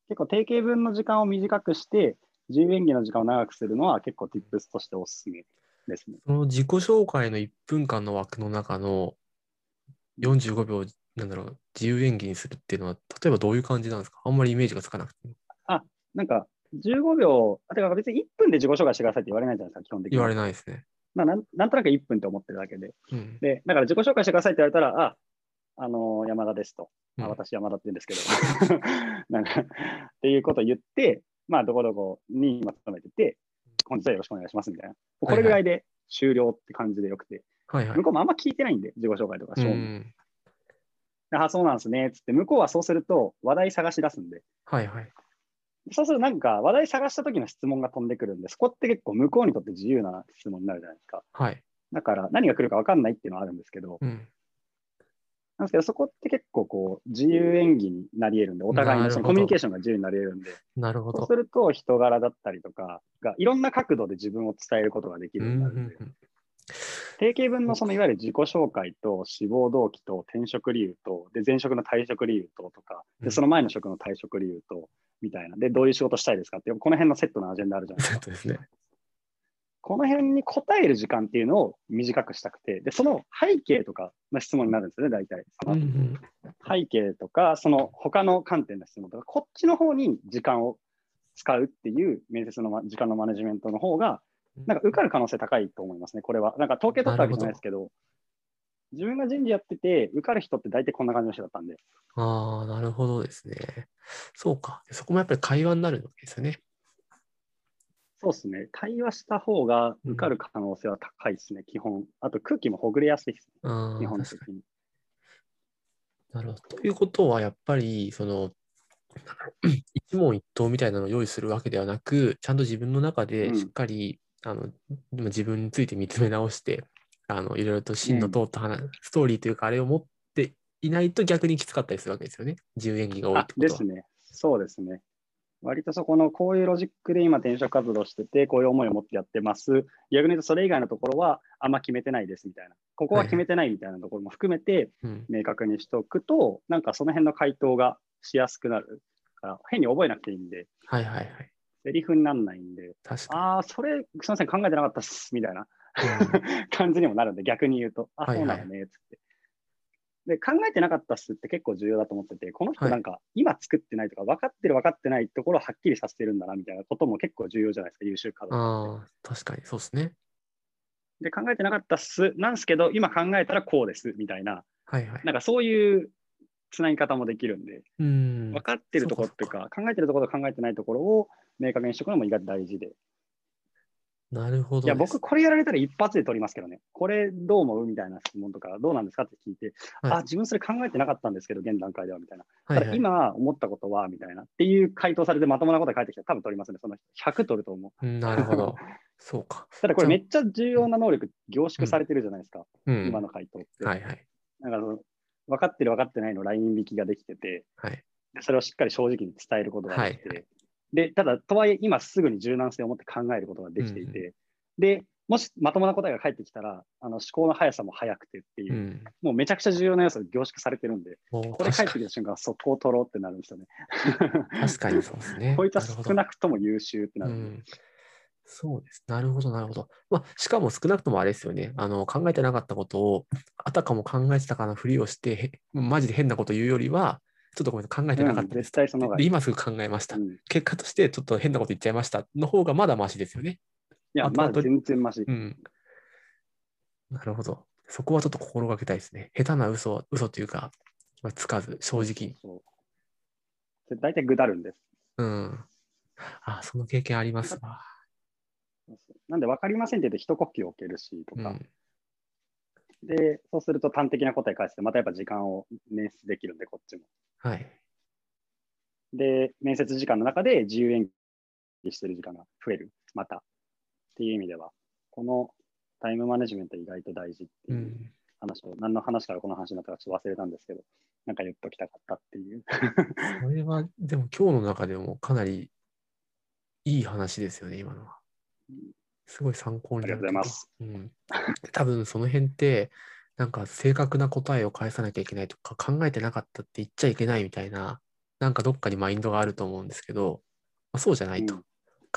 B: 結構定型文の時間を短くして、自由演技の時間を長くするのは結構 tips としておすすめですね。
A: その自己紹介の1分間の枠の中の45秒、なんだろう、自由演技にするっていうのは、例えばどういう感じなんですかあんまりイメージがつかなくて。
B: なんか、15秒、あてか別に1分で自己紹介してくださいって言われないじゃないですか、基本的に。
A: 言われないですね。
B: まあなんなんとなく1分って思ってるだけで。
A: うん。
B: で、だから自己紹介してくださいって言われたら、あ、あのー山田ですと。
A: う
B: あ
A: ん
B: 私山田って言うんですけど。 なんか、っていうことを言って、まあ、どこどこにまとめてて、本日はよろしくお願いしますみたいな。これぐらいで終了って感じでよくて、
A: はいはい
B: 向。こうもあんま聞いてないんで、自己紹介とか、
A: う
B: 正面
A: ん。
B: あそうなんですね。つって、向こうはそうすると話題探し出すんで、
A: はいはい。
B: そうするとなんか話題探した時の質問が飛んでくるんで、そこって結構向こうにとって自由な質問になるじゃないですか。
A: はい。
B: だから何が来るか分かんないっていうのはあるんですけど、
A: うん。
B: なんですけど、そこって結構こう、自由演技になり得るんで、お互い
A: な
B: の
A: る
B: そ
A: ほど
B: のコミュニケーションが自由になり得るんで、
A: なるほ
B: そう
A: ど
B: す。ると人柄だったりとかが、いろんな角度で自分を伝えることができ
A: う
B: る
A: ん
B: よう
A: う
B: に
A: ん
B: な
A: う
B: るんで、
A: ん
B: 定型文のそのいわゆる自己紹介と志望動機と転職理由とで前職の退職理由ととか
A: うん
B: でその前の職の退職理由とみたいなでどういう仕事したいですかってこの辺のセットのアジェンダあるじゃないです
A: そ
B: か
A: うですね。
B: この辺に答える時間っていうのを短くしたくてでその背景とかの質問になるんですよね大体そ
A: うんう
B: の
A: ん。
B: 背景とかその他の観点の質問とかこっちの方に時間を使うっていう面接のま時間のマネジメントの方がなんか受かる可能性高いと思いますね、これは。なんか統計取ったわけじゃないですけど、自分が人事やってて、受かる人って大体こんな感じの人だったんで、
A: ああ、なるほどですね。そうか。そこもやっぱり会話になるわけですよね。
B: そうですね。対話した方が受かる可能性は高いですね、基本。あと空気もほぐれやすいです、
A: あ
B: ね、日
A: あ、
B: 本
A: 確か
B: 的に。
A: になるほど。ということは、やっぱり、その、 なんだろう一問一答みたいなのを用意するわけではなく、ちゃんと自分の中で
B: うん
A: しっかり、あの自分について見つめ直して、あのいろいろと芯の通った話、ストーリーというか、あれを持っていないと逆にきつかったりするわけですよね。自由演技が多いっ
B: あ
A: てこ
B: で
A: とは
B: す。ね。そうですね。割とそこの、こういうロジックで今転職活動してて、こういう思いを持ってやってます。逆に言うと、それ以外のところはあんま決めてないですみたいな。ここは決めてないみたいなところも含めて、
A: うん、
B: 明確にしておくと、なんかその辺の回答がしやすくなるから、変に覚えなくていいんで、
A: はいはいはい。
B: セリフにならないんで、
A: 確か
B: ああ、それ、すみません、考えてなかったっす、みたいな。
A: に。
B: 感じにもなるんで、逆に言うと、あ、
A: はい
B: そ
A: は
B: う
A: い
B: なのね、つって。で、考えてなかったっすって結構重要だと思ってて、この人
A: はい
B: なんか、今作ってないとか、分かってる分かってないところをはっきりさせてるんだな、みたいなことも結構重要じゃないですか、優秀稼
A: うん、
B: 働。
A: ああ、確かにそうですね。
B: で、考えてなかったっす、なんですけど、今考えたらこうです、みたいな、
A: はいはい。
B: なんかそういうつなぎ方もできるんで、
A: うん
B: 分。かってるところっていうか、考えてるところと考えてないところを明確にしておくのも意外と大事で。
A: なるほど
B: いや、
A: です
B: 僕、これやられたら一発で取りますけどね、これどう思うみたいな質問とか、どうなんですかって聞いて、
A: はい
B: あ、自分それ考えてなかったんですけど、現段階ではみたいな。
A: はい
B: た
A: は
B: だ
A: い、
B: 今思ったことはみたいな。っていう回答されてまともなことが返ってきたら、多分取りますね、その人。100取ると思う。
A: うんなるほど。そうか。
B: ただこれ
A: じ
B: め
A: ゃあ
B: っちゃ重要な能力凝縮されてるじゃないですか、
A: うん。
B: 今の回答って。
A: はいはい。
B: なんかその分かってる分かってないのライン引きができてて、
A: はい。
B: でそれをしっかり正直に伝えることができて、
A: はい
B: でただ、とはいえ、今すぐに柔軟性を持って考えることができていて、
A: う
B: でもしまともな答えが返ってきたら、あの思考の速さも速くてっていうう、
A: ん。
B: もうめちゃくちゃ重要な要素が凝縮されてるんで、
A: もう
B: これ
A: 確
B: 返っ
A: か
B: てき
A: に
B: た瞬間、速攻取ろうってなるんですよね。
A: 確かにそうですね。
B: こいつは
A: るほ
B: 少
A: ど
B: なくとも優秀ってなる
A: うん
B: で。
A: ん。そうです。なるほど、なるほど。まあ、しかも少なくともあれですよね。あの、考えてなかったことを、あたかも考えてたかのふりをして、へマジで変なこと言うよりは、ちょっとごめんなさい、考えてなかった
B: うん
A: で
B: 絶
A: す。
B: 対その方が
A: で
B: いい。
A: 今すぐ考えました
B: う。んい
A: 結果として、ちょっと変なこと言っちゃいました。の方がまだマシですよね。
B: や、
A: あと
B: ま
A: あ
B: だ
A: と
B: 全然マシ。
A: うん。なるほど。そこはちょっと心がけたいですね。下手な嘘は、嘘というか、まあつかず、正直に。
B: そうで大体ぐだるんです。
A: うん。あ、その経験ありますわ。
B: なんで分かりませんって言って一呼吸置けるしと
A: う
B: か、
A: ん。
B: で、そうすると端的な答え返して、またやっぱ時間を捻出できるんで、こっちも。
A: はい。
B: で、面接時間の中で自由演技してる時間が増える、また。っていう意味では、このタイムマネジメント意外と大事って
A: う。
B: いうん話を、何の話からこの話になったかちょっと忘れたんですけど、なんか言っときたかったって いう。
A: これは、でも今日の中でもかなりいい話ですよね、今のは
B: うん。
A: すごい参考になる。
B: ありがとうございます。
A: うん。多分その辺って、なんか正確な答えを返さなきゃいけないとか、考えてなかったって言っちゃいけないみたいな、なんかどっかにマインドがあると思うんですけど、まあ、そうじゃないと。
B: うん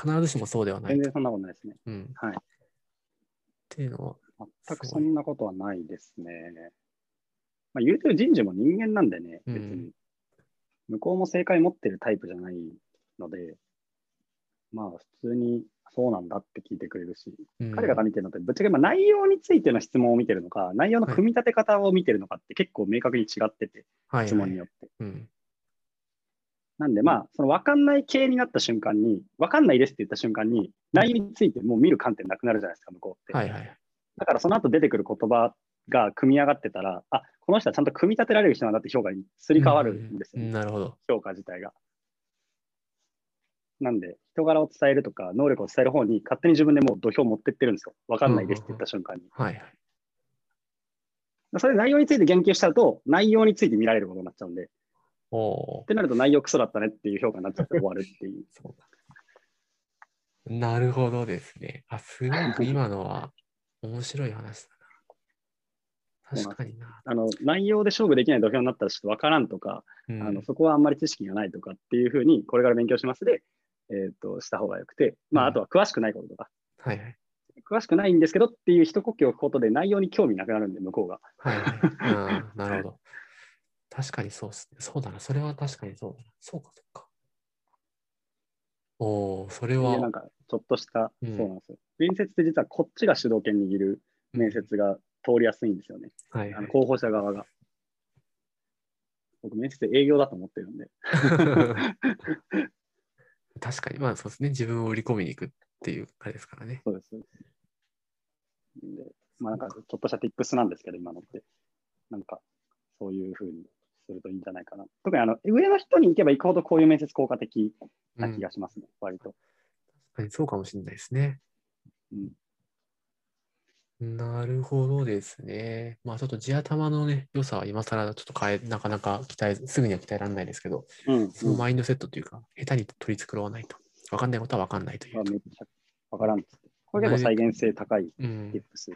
A: 必ずしもそうではない
B: 全
A: と
B: 然。そんなことないですね。
A: うん。
B: はい
A: っていうのは、
B: 全くそんなことはないですね。まあ、言うてる人事も人間なんでね、
A: うん
B: 別に。向こうも正解持ってるタイプじゃないので、まあ、普通にそうなんだって聞いてくれるし、
A: うん
B: 彼らが見てるのって、ぶっちゃけまあ内容についての質問を見てるのか、内容の組み立て方を見てるのかって結構明確に違ってて、
A: はい
B: 質問によって。
A: はいうん。
B: なんで、まあ、その分かんない系になった瞬間に、分かんないですって言った瞬間に、内容についてもう見る観点なくなるじゃないですか、向こうって。
A: はいはい。
B: だからその後出てくる言葉が組み上がってたら、あこの人はちゃんと組み立てられる人なんだって評価にすり替わるんですよ、
A: う
B: ね
A: うなるほど。
B: 評価自体が。なんで、人柄を伝えるとか、能力を伝える方に勝手に自分でもう土俵持ってってるんですよ。わかんないですって言った瞬間に。
A: はいはい。
B: それで内容について言及しちゃうと、内容について見られることになっちゃうんで、っ
A: おお
B: てなると内容クソだったねっていう評価になっちゃって終わるっていう。
A: ー。そうだなるほどですね。あ、すごく今のは面白い話だな。確かにな。
B: あの内容で勝負できない土俵になったらちょっとわからんとか、
A: うん
B: あのそこはあんまり知識がないとかっていうふうに、これから勉強しますで、えー、とした方がよくて、まあ、あとは詳しくないこととか、
A: はいはい。
B: 詳しくないんですけどっていう一呼吸置くことで内容に興味なくなるんで、向こうが。
A: はいはい。うん、なるほど。確かにそうっすね。そうだな。それは確かにそうだな。そうか、そうか。おお、それ
B: で
A: は。
B: なんか、ちょっとした、
A: うん
B: そうなんですよ。面接って実はこっちが主導権握る面接が通りやすいんですよね。
A: はい、
B: あ
A: は
B: の
A: い。
B: 候補者側が。僕、面接営業だと思ってるんで。
A: 確かに、まあそうですね。自分を売り込みに行くっていうあれですからね。
B: そうです。で、まあなんかちょっとした tips なんですけど、今のって。なんか、そういうふうにするといいんじゃないかな。特にあの、上の人に行けば行くほどこういう面接効果的
A: う、
B: なん
A: 確
B: 気がしますね、割と。
A: かにそうかもしれないですね。
B: うん
A: なるほどですね。まあちょっと地頭のね、良さは今更ちょっと変え、なかなか鍛え、すぐには鍛えられないですけど、
B: うん。
A: その
B: うん
A: マインドセットというか、下手に取り繕わないと。わかんないことはわかんないという
B: めっちゃわからんっつって。これ結構再現性高い
A: うん。
B: tips。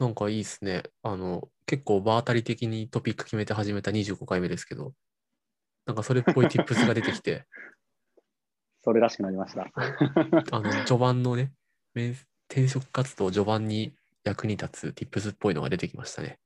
A: なんかいいですね。あの、結構場当たり的にトピック決めて始めた25回目ですけど、なんかそれっぽい tips が出てき て、
B: それらしくなりました。
A: あの、序盤のね、面転職活動序盤に役に立つ tips っぽいのが出てきましたね。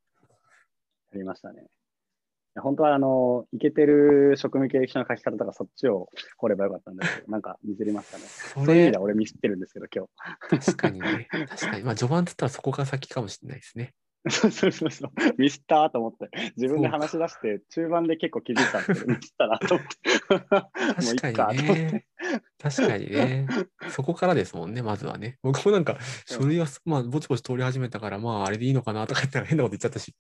B: ありましたね。いや本当は、あの、いけてる職務経歴書の書き方とか、そっちを掘ればよかったんですけど、なんかミスりましたね。
A: そ
B: そういう意味
A: れ
B: で、は俺ミスってるんですけど、今日。
A: 確かにね。確かに。まあ、序盤って言ったらそこが先かもしれないですね。
B: そうそうそうそう、ミスったーと思って、自分で話し出して、中盤で結構気づいたんですけ ど、ミスったなと思って、もうい
A: 確
B: っか
A: か
B: と思っ
A: に
B: て。
A: ね。確かにね。そこからですもんね、まずはね。僕もなんか、書類は、まあ、ぼちぼち通り始めたから、まあ、あれでいいのかなとか言ったら変なこと言っちゃったし、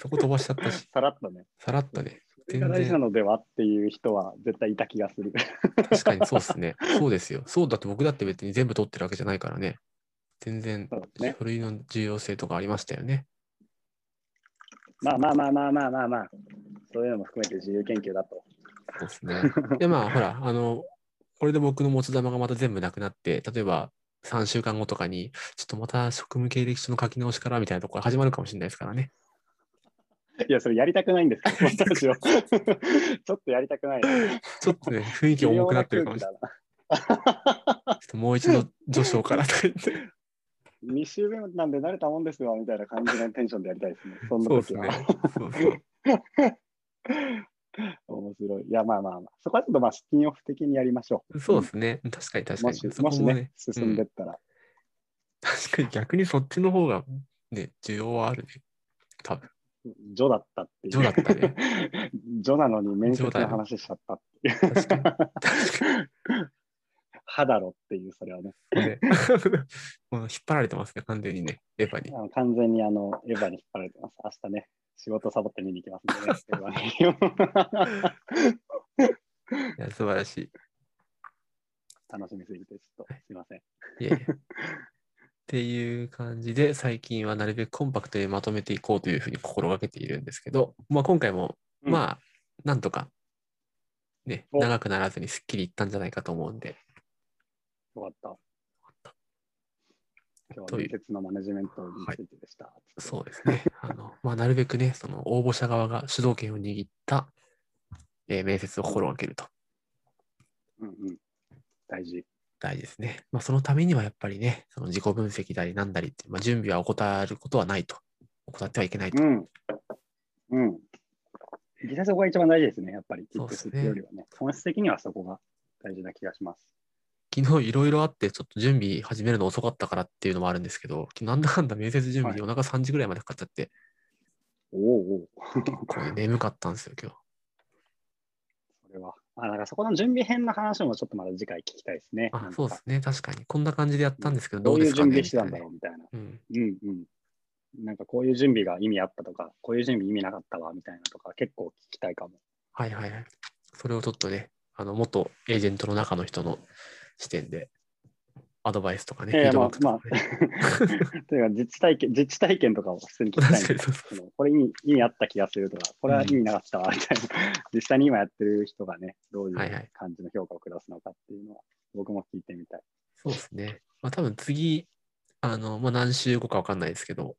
A: そこ飛ばしちゃったし、
B: さらっとね、
A: さらっとね。
B: それが大事なのではっていう人は絶対いた気がする。
A: 確かにそうですね。そうですよ。そうだって僕だって別に全部取ってるわけじゃないからね。全然
B: そうですね。
A: 書類の重要性とかありましたよね。
B: まあまあまあまあまあまあまあ、そういうのも含めて自由研究だと。
A: そうですね。で、まあ、ほら、あの、これで僕の持ち玉がまた全部なくなって、例えば3週間後とかに、ちょっとまた職務経歴書の書き直しからみたいなところ始まるかもしれないですからね。
B: いや、それやりたくないんですけど、 私は。ちょっとやりたくないな。
A: ちょっとね、雰囲気重くなってるかもしれない。ちょっともう一度序章からとか言って。
B: 2週目なんで慣れたもんですわみたいな感じのテンションでやりたいですね。そんな
A: そうで
B: 時
A: す
B: は。
A: ね。そうそう
B: 面白い。いや、まあまあまあ。そこはちょっとまあスピンオフ的にやりましょう。
A: そうですね。確かに確か
B: も
A: に。
B: し
A: そ
B: も
A: こ
B: し
A: も
B: ね
A: ね、
B: 進んでったら。
A: 確かに逆にそっちの方がね、需要はあるね。多分。
B: ジョだったっていう。
A: ジョだった ね。
B: ジョなのに面接
A: ジョだよ
B: の話しちゃったっていう。
A: 確かに。確か
B: 歯だろっていう、それはね。
A: にね。 もう引っ張られてますね、完全にね。エヴァに。
B: あの完全にあのエヴァに引っ張られてます。明日ね、仕事サボって見に行きますんでね。エヴァに
A: いや、素晴らしい。
B: 楽しみすぎて、ちょっとすいません。
A: いえいえっていう感じで、最近はなるべくコンパクトにまとめていこうというふうに心がけているんですけど、まあ、今回も、
B: うん
A: まあ、なんとか、ね、
B: お
A: 長くならずにすっきりいったんじゃないかと思うんで、
B: よかった。今日は面接のマネジメントについてでした。
A: そうです ね。あの、まあ、なるべくね、その応募者側が主導権を握った、えー面接を心がけると
B: うんうん。大事。
A: 大事ですね。まあ、そのためにはやっぱりね、その自己分析なりなんだりって、まあ、準備は怠ることはないと。怠ってはいけないと。
B: うん。うん。実際そこが一番大事ですね、やっぱり。
A: そうですね
B: tips っていうよりはね。本質的にはそこが大事な気がします。
A: 昨日いろいろあって、ちょっと準備始めるの遅かったからっていうのもあるんですけど、昨日なんだかんだ面接準備で夜中3時ぐらいまでかかっちゃって、
B: おおおお。
A: こう眠かったんですよ、今日。
B: それは。あ、だからそこの準備編の話もちょっとまだ次回聞きたいですね。な
A: あ
B: ん、か
A: そうですね。確かに。こんな感じでやったんですけど、
B: ど
A: ど
B: う
A: う
B: い
A: で
B: う
A: すか
B: 準
A: ね
B: 備してたんだろうみたいな。
A: みたいなうん。
B: うんうん。なんかこういう準備が意味あったとか、こういう準備意味なかったわみたいなとか、結構聞きたいかも。
A: はいはいはい。それをちょっとね、あの、元エージェントの中の人の視点で、アドバイスとかね、
B: いやいや
A: フィードバックと かね
B: というか自治体験、自治体験とかを普通に聞きたいん
A: 確
B: で
A: か
B: す
A: にそうそう
B: そのこれ意味意味あった気がするとか、これは意味なかったわみたいな、 実際に今やってる人がね、どういう
A: はいはい
B: 感じの評価を下すのかっていうのは、僕も聞いてみたい。
A: そうですね。まあ多分次、あの、まあ何週後かわかんないですけど、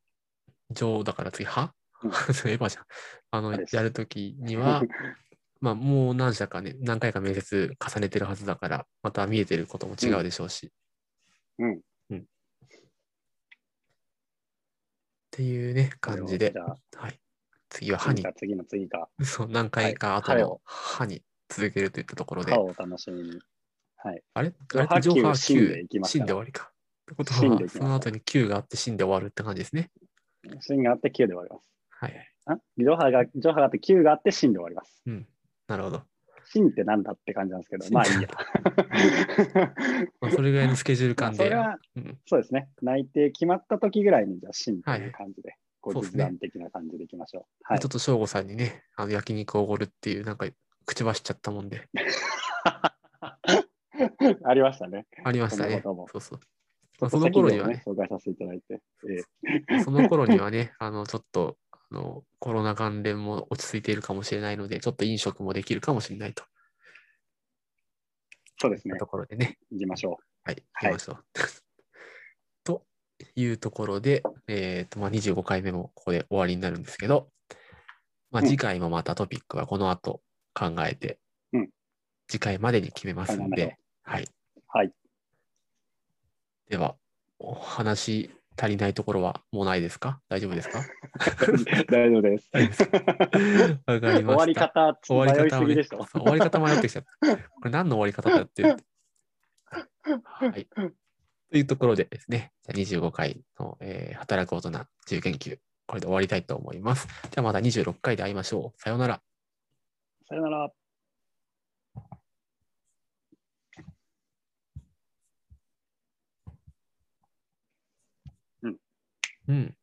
A: 上だから次、は
B: うん
A: そう エヴァじゃん。あの
B: 歯で、す、
A: やるときには まあもう何社かね、何回か面接重ねてるはずだから、また見えてることも違うでしょうし。
B: うん。
A: うん。っていうね、感じで
B: じ、ゃあ、
A: はい。次は歯
B: 次
A: に
B: か、次の次か、
A: そう、何回か後
B: はい
A: の歯に続けるといったところで、
B: 歯をお楽しみに。はい。
A: あれ
B: 上
A: あれって
B: 波
A: 上波
B: 球死んでいきます
A: 死
B: か
A: ん
B: ら
A: で終わりか。ってこと
B: 死んでいきま
A: は、
B: す
A: その後に Q があって死んで終わるって感じですね。
B: 芯があって9で終わります。
A: はいはい。
B: あ上波が上波があって9があって芯で終わります。
A: うん。なるほど。
B: 芯ってなんだって感じなんですけど、まあい いや。
A: まあそれぐらいのスケジュール
B: まあ
A: 感
B: そ
A: で。
B: れは、
A: うん
B: そうですね。内定決まった時ぐらいに、じゃあ、芯と
A: はい
B: いう感じで、
A: そ
B: ご
A: うですね
B: 実弾的な感じでいきましょう。はい
A: ちょっ。と省吾さんにね、あの焼肉をおごるっていう、なんか口走っちゃったもん で、
B: ありましたね。
A: ありましたね。
B: そんなことも
A: そうそう。まあ、その頃にはね、
B: 紹介させていただいて。え
A: その頃にはね、あの、ちょっと、あの、コロナ関連も落ち着いているかもしれないので、ちょっと飲食もできるかもしれないと
B: そうです
A: い
B: ね
A: う。ところでね、
B: 行きまし ょ
A: はい、
B: はい
A: 行きましょう。というところで、えっ、と、まあ、25回目もここで終わりになるんですけど、まあ、
B: うん
A: 次回もまたトピックはこの後考えて、
B: うん
A: 次回までに決めますん
B: 考えましょう
A: で、はい。
B: はい。
A: では、お話足りないところはもうないですか大丈夫です か
B: う。大丈夫 です。
A: わかりまし
B: 終
A: た。
B: わり方、
A: 終わり
B: 迷い
A: 方をね
B: すぎでした。
A: そう終わり方迷ってきちゃった。これ何の終わり方だよっていう。はい。というところでですね、じゃあ25回の、えー働く大人自由研究、これで終わりたいと思います。ではまた26回で会いましょう。さようなら。
B: さよなら。
A: うん。